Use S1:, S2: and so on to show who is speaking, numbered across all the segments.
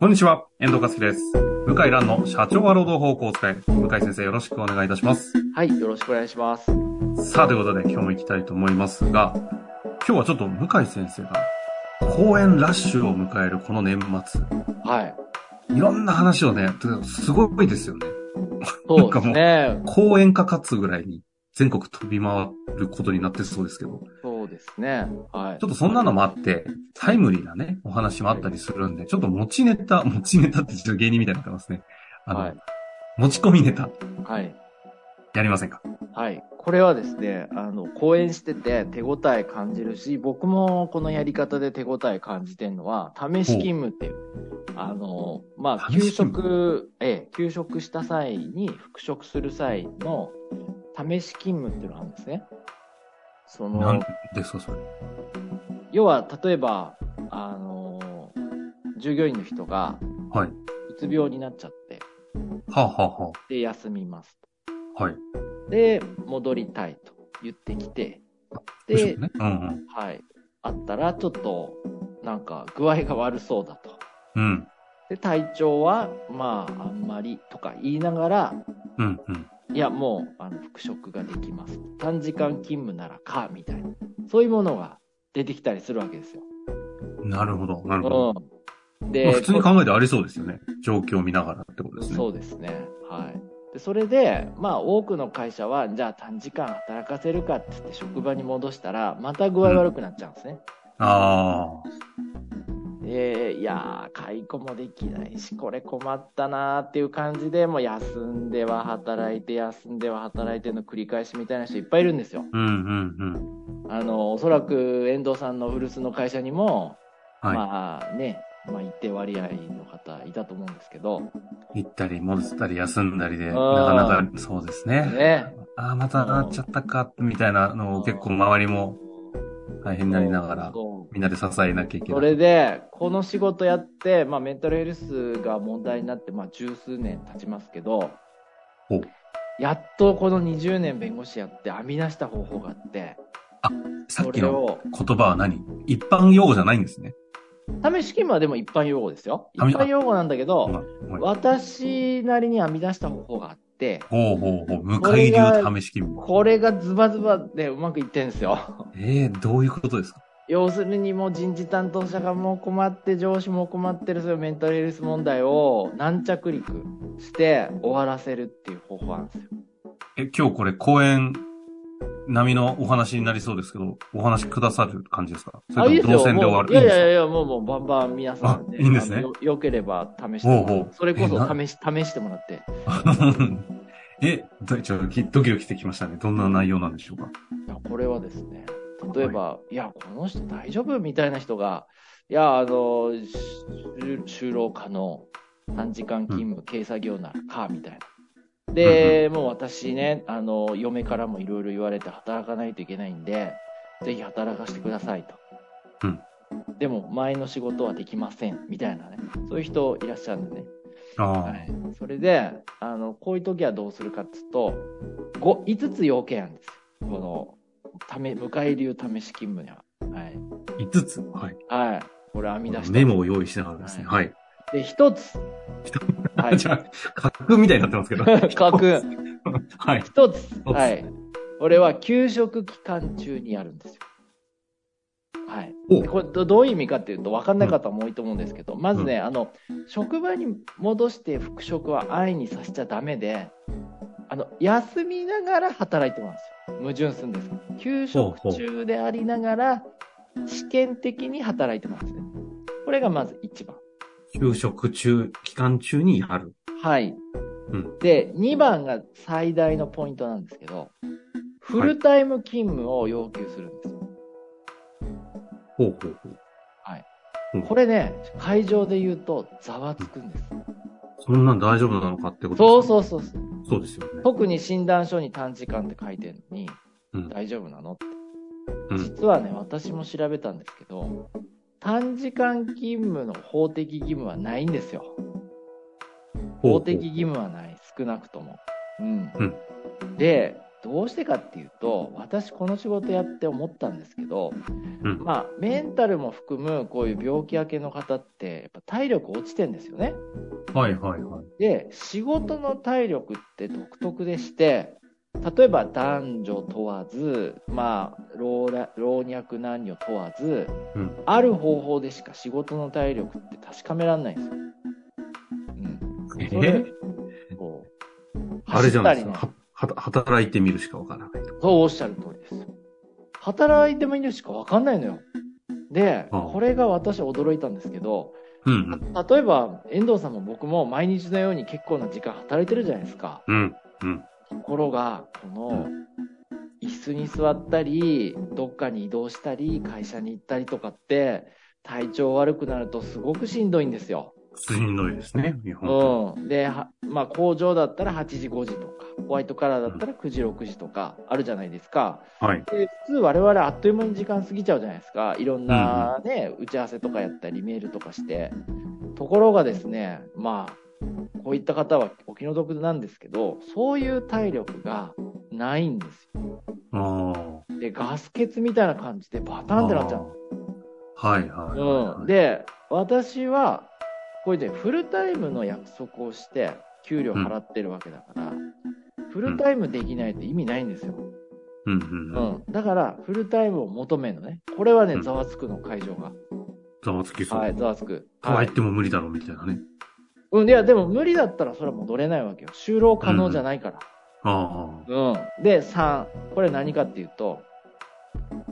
S1: こんにちは、遠藤和樹です。向井蘭の社長は労働法をこう伝え、向井先生よろしくお願いいたします。
S2: はい、よろしくお願いします。
S1: さあ、ということで今日も行きたいと思いますが、今日はちょっと向井先生が、公演ラッシュを迎えるこの年末、
S2: はい。
S1: いろんな話をね、てかすごいですよね。
S2: そうですね。
S1: 講演家かつぐらいに全国飛び回ることになってそうですけど、
S2: そうですね。はい
S1: ちょ。っとそんなのもあって、タイムリーなね、お話もあったりするんで、ちょっと持ちネタ、持ちネタってちょっと芸人みたいになってますね。あの、
S2: はい。
S1: 持ち込みネタ、
S2: はい。
S1: やりませんか
S2: はい。これはですね、あの、講演してて手応え感じるし、僕もこのやり方で手応え感じてるのは、試し勤務っていう。あの、まあ、
S1: 試
S2: 休
S1: し勤
S2: 職、ええ、休職した際に復職する際の試し勤務っていうのがあるんですね。その、
S1: なんですか、それ。
S2: 要は例えばあのー従業員の人が
S1: はいう
S2: つ病になっちゃって
S1: はあ、はあは
S2: で休みます
S1: あ、はい。
S2: で戻りたいと言ってきて
S1: むし
S2: で、
S1: ろね、うん
S2: はいあったらちょっとなんか具合が悪そうだと
S1: うん。うん。
S2: で体調はまああんまりとか言いながら
S1: うん、うん。
S2: いやもうあの復職ができます短時間勤務ならかみたいなそういうものが出てきたりするわけですよ。
S1: なるほど、なるほど。
S2: うん、
S1: ま
S2: で
S1: あ普通に考えてありそうですよね。状況を見ながらってことですね。
S2: そうですね。はい。でそれで、まあ、多くの会社は、じゃあ短時間働かせるかって言って職場に戻したら、また具合悪くなっちゃうんですね。
S1: ああ、
S2: で、いやー、解雇もできないし、これ困ったなーっていう感じで、もう休んでは働いて、休んでは働いての繰り返しみたいな人いっぱいいるんですよ。
S1: うん、うん、うん。
S2: あの、おそらく遠藤さんの古巣の会社にも、
S1: はい。
S2: まあね、まあ一定割合の方いたと思うんですけど、
S1: 行ったり、戻ったり、休んだりで、な
S2: う
S1: んかなか、そうですね。
S2: ね。
S1: ああ、またなっちゃったか、みたいなのを結構周りも大変になりながら、
S2: そう
S1: みんなで支えなきゃいけ
S2: そ
S1: ない。
S2: れで、この仕事やって、まあ、メンタルヘルスが問題になって、まあ、十数年経ちますけど
S1: ほう、
S2: やっとこの20年弁護士やって編み出した方法があって、
S1: さっ
S2: そ
S1: き
S2: れ
S1: の
S2: を、
S1: 言葉は何一般用語じゃないんですね。
S2: 試し勤務はでも一般用語ですよ。一
S1: あみ
S2: 般用語なんだけ
S1: ほら
S2: ど、
S1: ほら
S2: 私なりに編み出した方法があって、
S1: ほうほうほう、向
S2: こ
S1: かい
S2: れ
S1: 流
S2: が
S1: 試し勤務。
S2: これがズバズバでうまくいってんですよ。
S1: ええどういうことですか
S2: 要するにもう人事担当者がもう困って上司も困ってるそういうメンタルヘルス問題を軟着陸して終わらせるっていう方法なんですよ。
S1: え、今日これ公演並みのお話になりそうですけど、お話くださる感じですかそ
S2: あ、いい
S1: れ
S2: で
S1: とも
S2: すよ。
S1: 動線で終わ
S2: もう
S1: る
S2: いやい
S1: いいん
S2: や
S1: で
S2: いや、もうもうバンバン皆さん
S1: あいいんですね
S2: あのよよければ試して
S1: ほう
S2: も
S1: ほ
S2: ら
S1: う
S2: う。それこ
S1: え
S2: そ
S1: な
S2: 試し、試してもらって。
S1: すか え、どちょっときドキドキしてきましたね。どんな内容なんでしょうか
S2: いや、これはですね、例えば、い、や、この人大丈夫みたいな人が、いや、あの、し就労可能、短時間勤務、軽作業ならか、みたいな。で、もう私ね、あの、嫁からもいろいろ言われて働かないといけないんで、ぜひ働かせてくださいと。
S1: うん
S2: でも、前の仕事はできません、みたいなね。そういう人いらっしゃるんでね。
S1: ああ、
S2: はい。それで、あの、こういう時はどうするかっつうと、5、5つ要件あるんですよ。この、ため、向かい流試し勤務には。はい。
S1: 5つ。はい。
S2: はい。これ編み出した。
S1: メモを用意しながらですね。
S2: は
S1: はい。
S2: で、1つ。はい。
S1: じゃあ、架空みたいになってますけど。
S2: 架空。
S1: はい。
S2: 1つ。
S1: つ
S2: はい。これは給食期間中にやるんですよ。はい。
S1: お
S2: でこれどどういう意味かっていうと分かんない方も多いと思うんですけど、まずね、あの職場に戻して復職は安易にさせちゃダメであの休みながら働いてもらうんですよ矛盾するんですよ休
S1: ほう
S2: 職
S1: ほう
S2: 中でありながら試験的に働いてもらうんですねこれがまず一番
S1: 休職中、期間中にやる。
S2: はい、
S1: うん
S2: で2番が最大のポイントなんですけどフルタイム勤務を要求するんですよ、
S1: ほうほうほう。
S2: これね会場で言うとざわつくんです
S1: そんなん大丈夫なのかってこ
S2: そ
S1: と
S2: う
S1: ですね
S2: そうそうそう
S1: そうですよね。
S2: 特に診断書に短時間って書いてるのに、
S1: うん
S2: 大丈夫なのって、
S1: うん
S2: 実はね私も調べたんですけど短時間勤務の法的義務はないんですよ
S1: ほうほう
S2: 法的義務はない少なくとも、うん
S1: うん
S2: でどうしてかっていうと私この仕事やって思ったんですけど、
S1: うん
S2: まあ、メンタルも含むこういう病気明けの方ってやっぱ体力落ちてんですよね。
S1: はいはいはい。
S2: で仕事の体力って独特でして例えば男女問わず、まあ、老ら老若男女問わず、
S1: うん
S2: ある方法でしか仕事の体力って確かめられないんですよ。うん、
S1: え
S2: それこう
S1: あれじゃない
S2: 走
S1: で
S2: っ
S1: す
S2: たり
S1: か。
S2: ね
S1: ははた働いてみるしかわからないと。
S2: そうおっしゃる通りです。働いてもいいのしか分かんないのよ。で、
S1: うん
S2: これが私驚いたんですけど、
S1: うん
S2: 例えば遠藤さんも僕も毎日のように結構な時間働いてるじゃないですか。
S1: うん。うん。
S2: ところが、この
S1: う
S2: 椅子に座ったり、どっかに移動したり、会社に行ったりとかって、体調悪くなるとすごくしんどいんですよ。
S1: しんどいですね、日本。
S2: うん。で、はまあ工場だったら8時5時とか、ホワイトカラーだったら9時6時とかあるじゃないですか。
S1: はい。
S2: で普通我々あっという間に時間過ぎちゃうじゃないですかいろんな、ね打ち合わせとかやったりメールとかしてところがですねまあこういった方はお気の毒なんですけどそういう体力がないんです
S1: ああ。
S2: よでガス欠みたいな感じでバタンってなっちゃう
S1: あーはいはいはい、
S2: うん、で私はこれでフルタイムの約束をして給料払ってるわけだから、フルタイムできないと意味ないんですよ、
S1: うんうんうん。
S2: うん、だからフルタイムを求めるのね。これはね
S1: う、ん
S2: ざわつくの、会場が。
S1: ざわつきそう。
S2: はい、ざわつく。
S1: とは
S2: は
S1: 言
S2: い
S1: っ。ても無理だろうみたいなね。
S2: うん、いや、でも無理だったらそれは戻れないわけよ。就労可能じゃないから。
S1: ああ。
S2: うん。で、3、これ何かっていうと、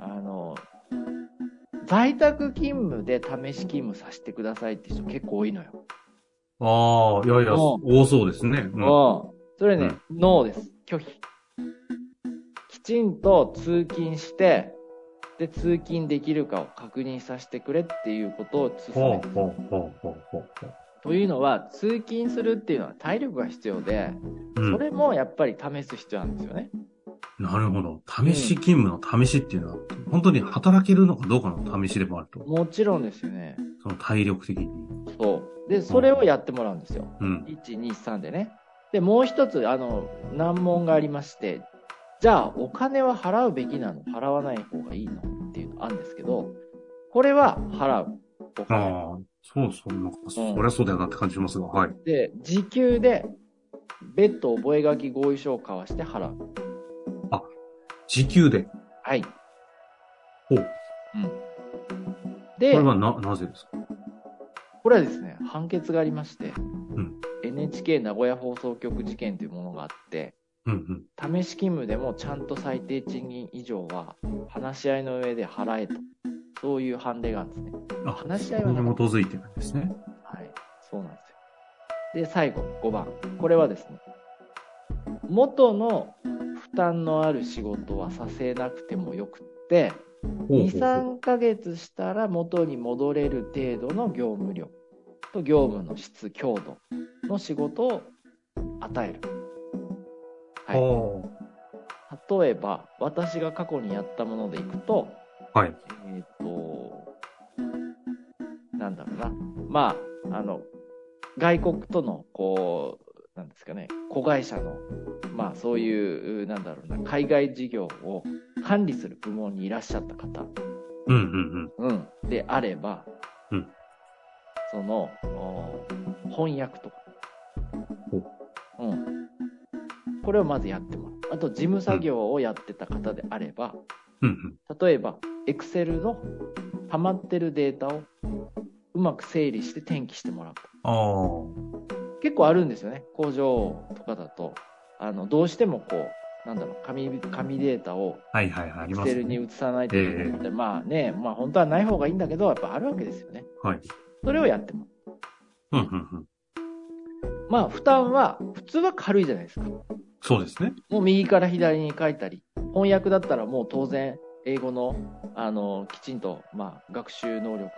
S2: あの、在宅勤務で試し勤務させてくださいって人結構多いのよ。
S1: ああ、いやいや、
S2: うん
S1: 多そうですね。
S2: う。
S1: うんん。
S2: それね、ノーです。拒否。きちんと通勤して、で、通勤できるかを確認させてくれっていうことを勧め
S1: ほ
S2: て
S1: うほうほうほうほうほ
S2: というのは通勤するっていうのは体力が必要で、
S1: う。うん
S2: それもやっぱり試す必要なんですよね。
S1: なるほど。試し勤務の試しっていうのは、本当に働けるのかどうかの試しでもあると。
S2: もちろんですよね。
S1: その体力的に。
S2: そう。で、それをやってもらうんですよ。
S1: うん。
S2: 1、2、3でね。で、もう一つ、あの、難問がありまして、じゃあお金は払うべきなの払わない方がいいのっていうのあるんですけど、これは払う。お
S1: ああ
S2: 金。、
S1: そうそう。なんか、そりゃそうだよなって感じしますが、はい。
S2: で、時給で、別途覚書合意書を交わして払う。
S1: 時給で。
S2: はい。
S1: ほう。こ
S2: で、
S1: れはな、なぜですか
S2: これはですね、判決がありまして、
S1: ん
S2: NHK 名古屋放送局事件というものがあって、
S1: うん
S2: 試し勤務でもちゃんと最低賃金以上は話し合いの上で払えと、そういう判例があるんですね。
S1: うん。あ、
S2: 話し合い
S1: そこ
S2: は
S1: に
S2: なかっ
S1: 基づいてるんですね。
S2: た。はい、そうなんですよ。で、最後、5番。これはですね、元の負担のある仕事はさせなくてもよくって、
S1: ほうほう
S2: 2、3ヶ月したら元に戻れる程度の業務量と業務の質、強度の仕事を与える。は
S1: ほう。
S2: い、例えば、私が過去にやったものでいくと、
S1: はい
S2: えーっ、と、なんだろうな。まあ、あの、外国との、こう、なんですかね、子会社の、まあそういう、なんだろうな、海外事業を管理する部門にいらっしゃった方。
S1: うんうん
S2: うん、であれば、
S1: うん
S2: そのおー翻訳とか、うん、これをまずやってもらうあと事務作業をやってた方であれば、
S1: うん。うん
S2: 例えば Excel の溜まってるデータをうまく整理して転記してもらうと
S1: うん。
S2: 結構あるんですよね工場とかだとあのどうしてもこうなんだろう紙紙データを
S1: ああ。はいはいはい。あり
S2: エク
S1: ま
S2: セ
S1: す
S2: ルに
S1: ね。
S2: 移さないといけないので、まあね、まあ本当はない方がいいんだけど、やっぱあるわけですよね。
S1: はい。
S2: それをやっても。
S1: うんうんうん。
S2: まあ負担は、普通は軽いじゃないですか。
S1: そうですね。
S2: もう右から左に書いたり、翻訳だったらもう当然、英語の、あの、きちんと、まあ、学習能力、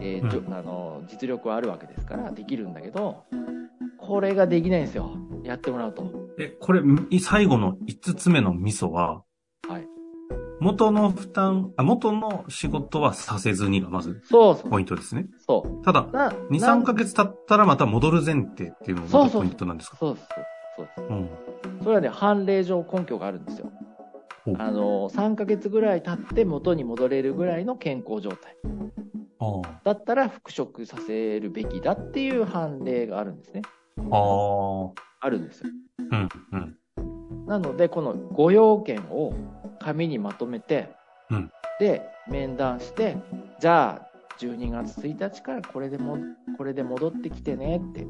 S2: えーじょあの、実力はあるわけですから、できるんだけど、これができないんですよ。やってもらうと。
S1: え、これ、み最後の5つ目のミソは、
S2: はい。
S1: 元の負担、あ、元の仕事はさせずにがまず
S2: そうそ
S1: ポ
S2: う。
S1: イントですね。
S2: そう。
S1: ただ、
S2: な
S1: 2、
S2: な
S1: 3ヶ月経ったらまた戻る前提っていうのがまたポイントなんですか
S2: そうそうそうです。
S1: うん。
S2: それはね、判例上根拠があるんですよ
S1: ほう。
S2: あの、3ヶ月ぐらい経って元に戻れるぐらいの健康状態
S1: ああ。
S2: だったら復職させるべきだっていう判例があるんですね。
S1: ああ。
S2: あるんですよ。
S1: うん、うん。
S2: なので、この5要件を紙にまとめて、
S1: うん
S2: で、面談して、じゃあ、12月1日からこれでも、これで戻ってきてねって。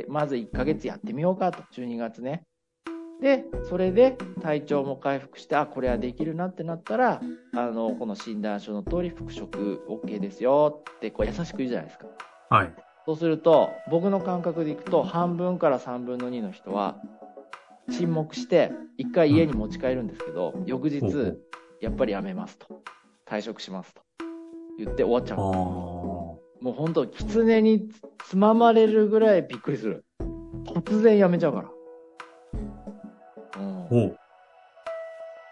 S2: で、まず1ヶ月やってみようかと、12月ね。で、それで体調も回復して、あ、これはできるなってなったら、あの、この診断書の通り復職 OK ですよって、こう優しく言うじゃないですか。
S1: はい。
S2: そうすると、僕の感覚でいくと、半分から3分の2の人は、沈黙して、一回家に持ち帰るんですけど、翌
S1: ほうほ
S2: 日
S1: う、
S2: やっぱりやめますと。退職しますと。言って終わっちゃ
S1: ああ。
S2: う。もう本当、狐につままれるぐらいびっくりする。突然やめちゃうから。うん。
S1: おう。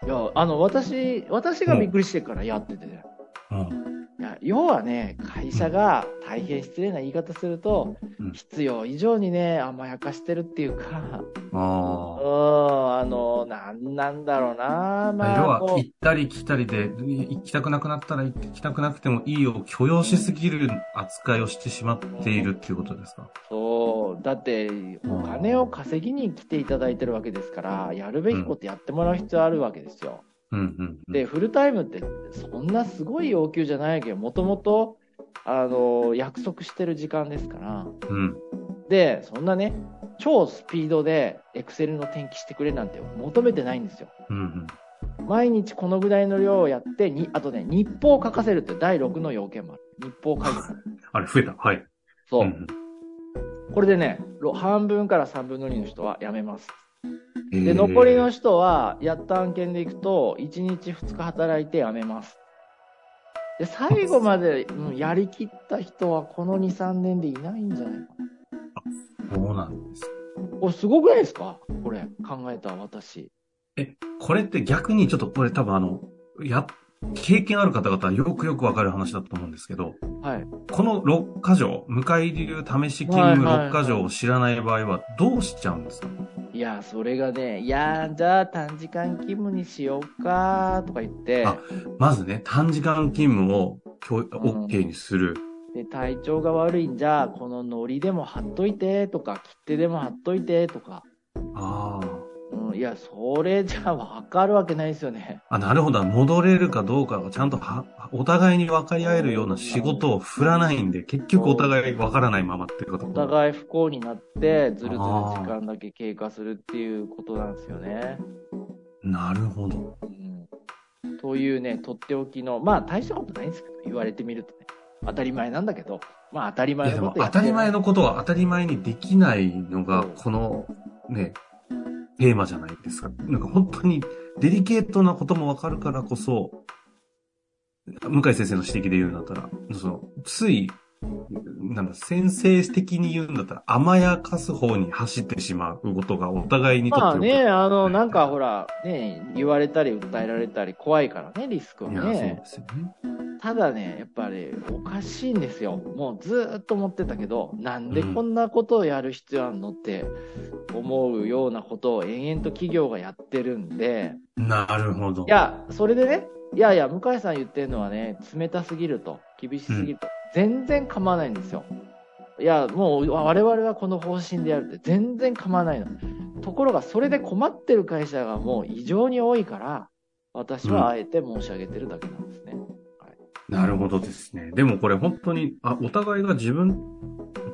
S2: いや、あの、私、私がびっくりしてからやってて、ね。
S1: うん。
S2: いや要はね会社が大変失礼な言い方すると、
S1: うん
S2: 必要以上にね甘やかしてるっていうかう
S1: ああ。
S2: んあのなんなんだろうなまあ
S1: 要は、
S2: こう
S1: 行ったり来たりで、行きたくなくなったら行きたくなくてもいいを許容しすぎる扱いをしてしまっているっていうことですか
S2: そうだってお金を稼ぎに来ていただいてるわけですからやるべきことやってもらう必要あるわけですよ。
S1: うん、うんうん。
S2: でフルタイムってそんなすごい要求じゃないけどもともとあの約束してる時間ですから。
S1: うん。
S2: で、そんなね、超スピードで Excel の転記してくれなんて求めてないんですよ。
S1: うん、うん。
S2: 毎日このぐらいの量をやって、にあとね、日報を書かせるって第6の要件もある。日報を書いて る。
S1: あれ、増えた。はい。
S2: そうう。
S1: ん
S2: これでね、ろ半分から3分の2の人はやめます。
S1: うん
S2: で、残りの
S1: へ
S2: 人は、やった案件でいくと、1日2日働いてやめます。で、最後まで、うんやりきった人はこの2、3年でいないんじゃないか
S1: ーそうなんです。
S2: な。これすごくないですかこれ、考えた私。
S1: これって逆にちょっとこれ多分あの、や、経験ある方々はよくよくわかる話だと思うんですけど、
S2: はい。
S1: この6箇条、向かい流試し勤務
S2: はいはいはい
S1: 6箇条を知らない場合はどうしちゃうんですか
S2: いや、それがね、いや、じゃあ短時間勤務にしようかとか言って
S1: あ、まずね、短時間勤務を今日
S2: うん
S1: OK にする。
S2: で体調が悪いんじゃ、このノリでも貼っといてとか、切手でも貼っといてとか、
S1: あ
S2: うん、いや、それじゃわかるわけないですよね。
S1: あ。あ、なるほど。戻れるかどうかがちゃんとは、お互いに分かり合えるような仕事を振らないんで、結局お互い分からないままっていうこと。
S2: お互い不幸になって、ずるずる時間だけ経過するっていうことなんですよね。
S1: なるほど。
S2: うん、というね、とっておきの、まあ大したことないんですけど、言われてみるとね、当たり前なんだけど、まあ当たり
S1: い
S2: 前
S1: やで
S2: のこ
S1: も当
S2: とやって
S1: た
S2: る
S1: り前のことは当たり前にできないのが、
S2: うん
S1: このね、テーマじゃないですか。なんか本当にデリケートなこともわかるからこそ、向井先生の指摘で言うんだったら、その、つい、なんだ、先生的に言うんだったら甘やかす方に走ってしまうことがお互いにと
S2: ま
S1: っ
S2: あ
S1: て
S2: ね、あの、
S1: はい
S2: なんかほら、ね、言われたり訴えられたり怖いからね、リスクはい
S1: や、そうで
S2: ね。
S1: すよね。
S2: ただね、やっぱりおかしいんですよ。もうずーっと思ってたけど、なんでこんなことをやる必要あるのって思うようなことを延々と企業がやってるんで、
S1: なるほど。
S2: いや、それでね、いやいや、向井さん言ってるのはね、冷たすぎると、厳しすぎると、全然構わないんですよ。いや、もう我々はこの方針でやるって全然構わないの。ところが、それで困ってる会社がもう異常に多いから、私はあえて申し上げてるだけなんですね。
S1: なるほどですね。でもこれ本当に、あ、お互いが自分、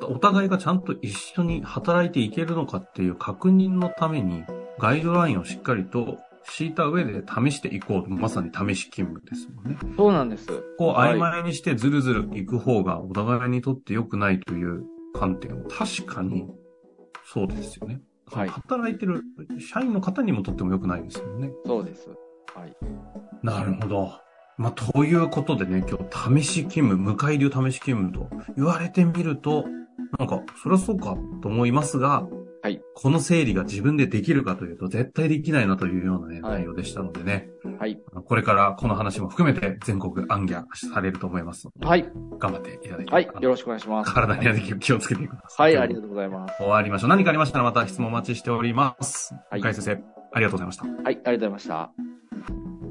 S1: おお互いがちゃんと一緒に働いていけるのかっていう確認のために、ガイドラインをしっかりと敷いた上で試していこう。まさに試し勤務ですもんね。
S2: そうなんです。
S1: こう
S2: はい
S1: 曖昧にしてずるずる行く方がお互いにとって良くないという観点も確かにそうですよね。
S2: はい
S1: 働いてる社員の方にもとっても良くないですよね。
S2: そうです。
S1: なるほど。まあ、ということでね、今日試し勤務、向かい流試し勤務と言われてみると、なんか、そりゃそうかと思いますが、
S2: はい
S1: この整理が自分でできるかというと、絶対できないなというようなね、
S2: はい
S1: 内容でしたのでね。
S2: はい。
S1: これからこの話も含めて全国暗記されると思いますので、
S2: はい。
S1: 頑張っていただきた
S2: はい
S1: い。。
S2: よろしくお願いします。
S1: 体にはできる気をつけてくださ。
S2: はいい。ありがとうございます。
S1: 終わりましょう。何かありましたらまた質問お待ちしております。
S2: は
S1: はいい、向井先生、ありがとうございました。
S2: はい。ありがとうございました。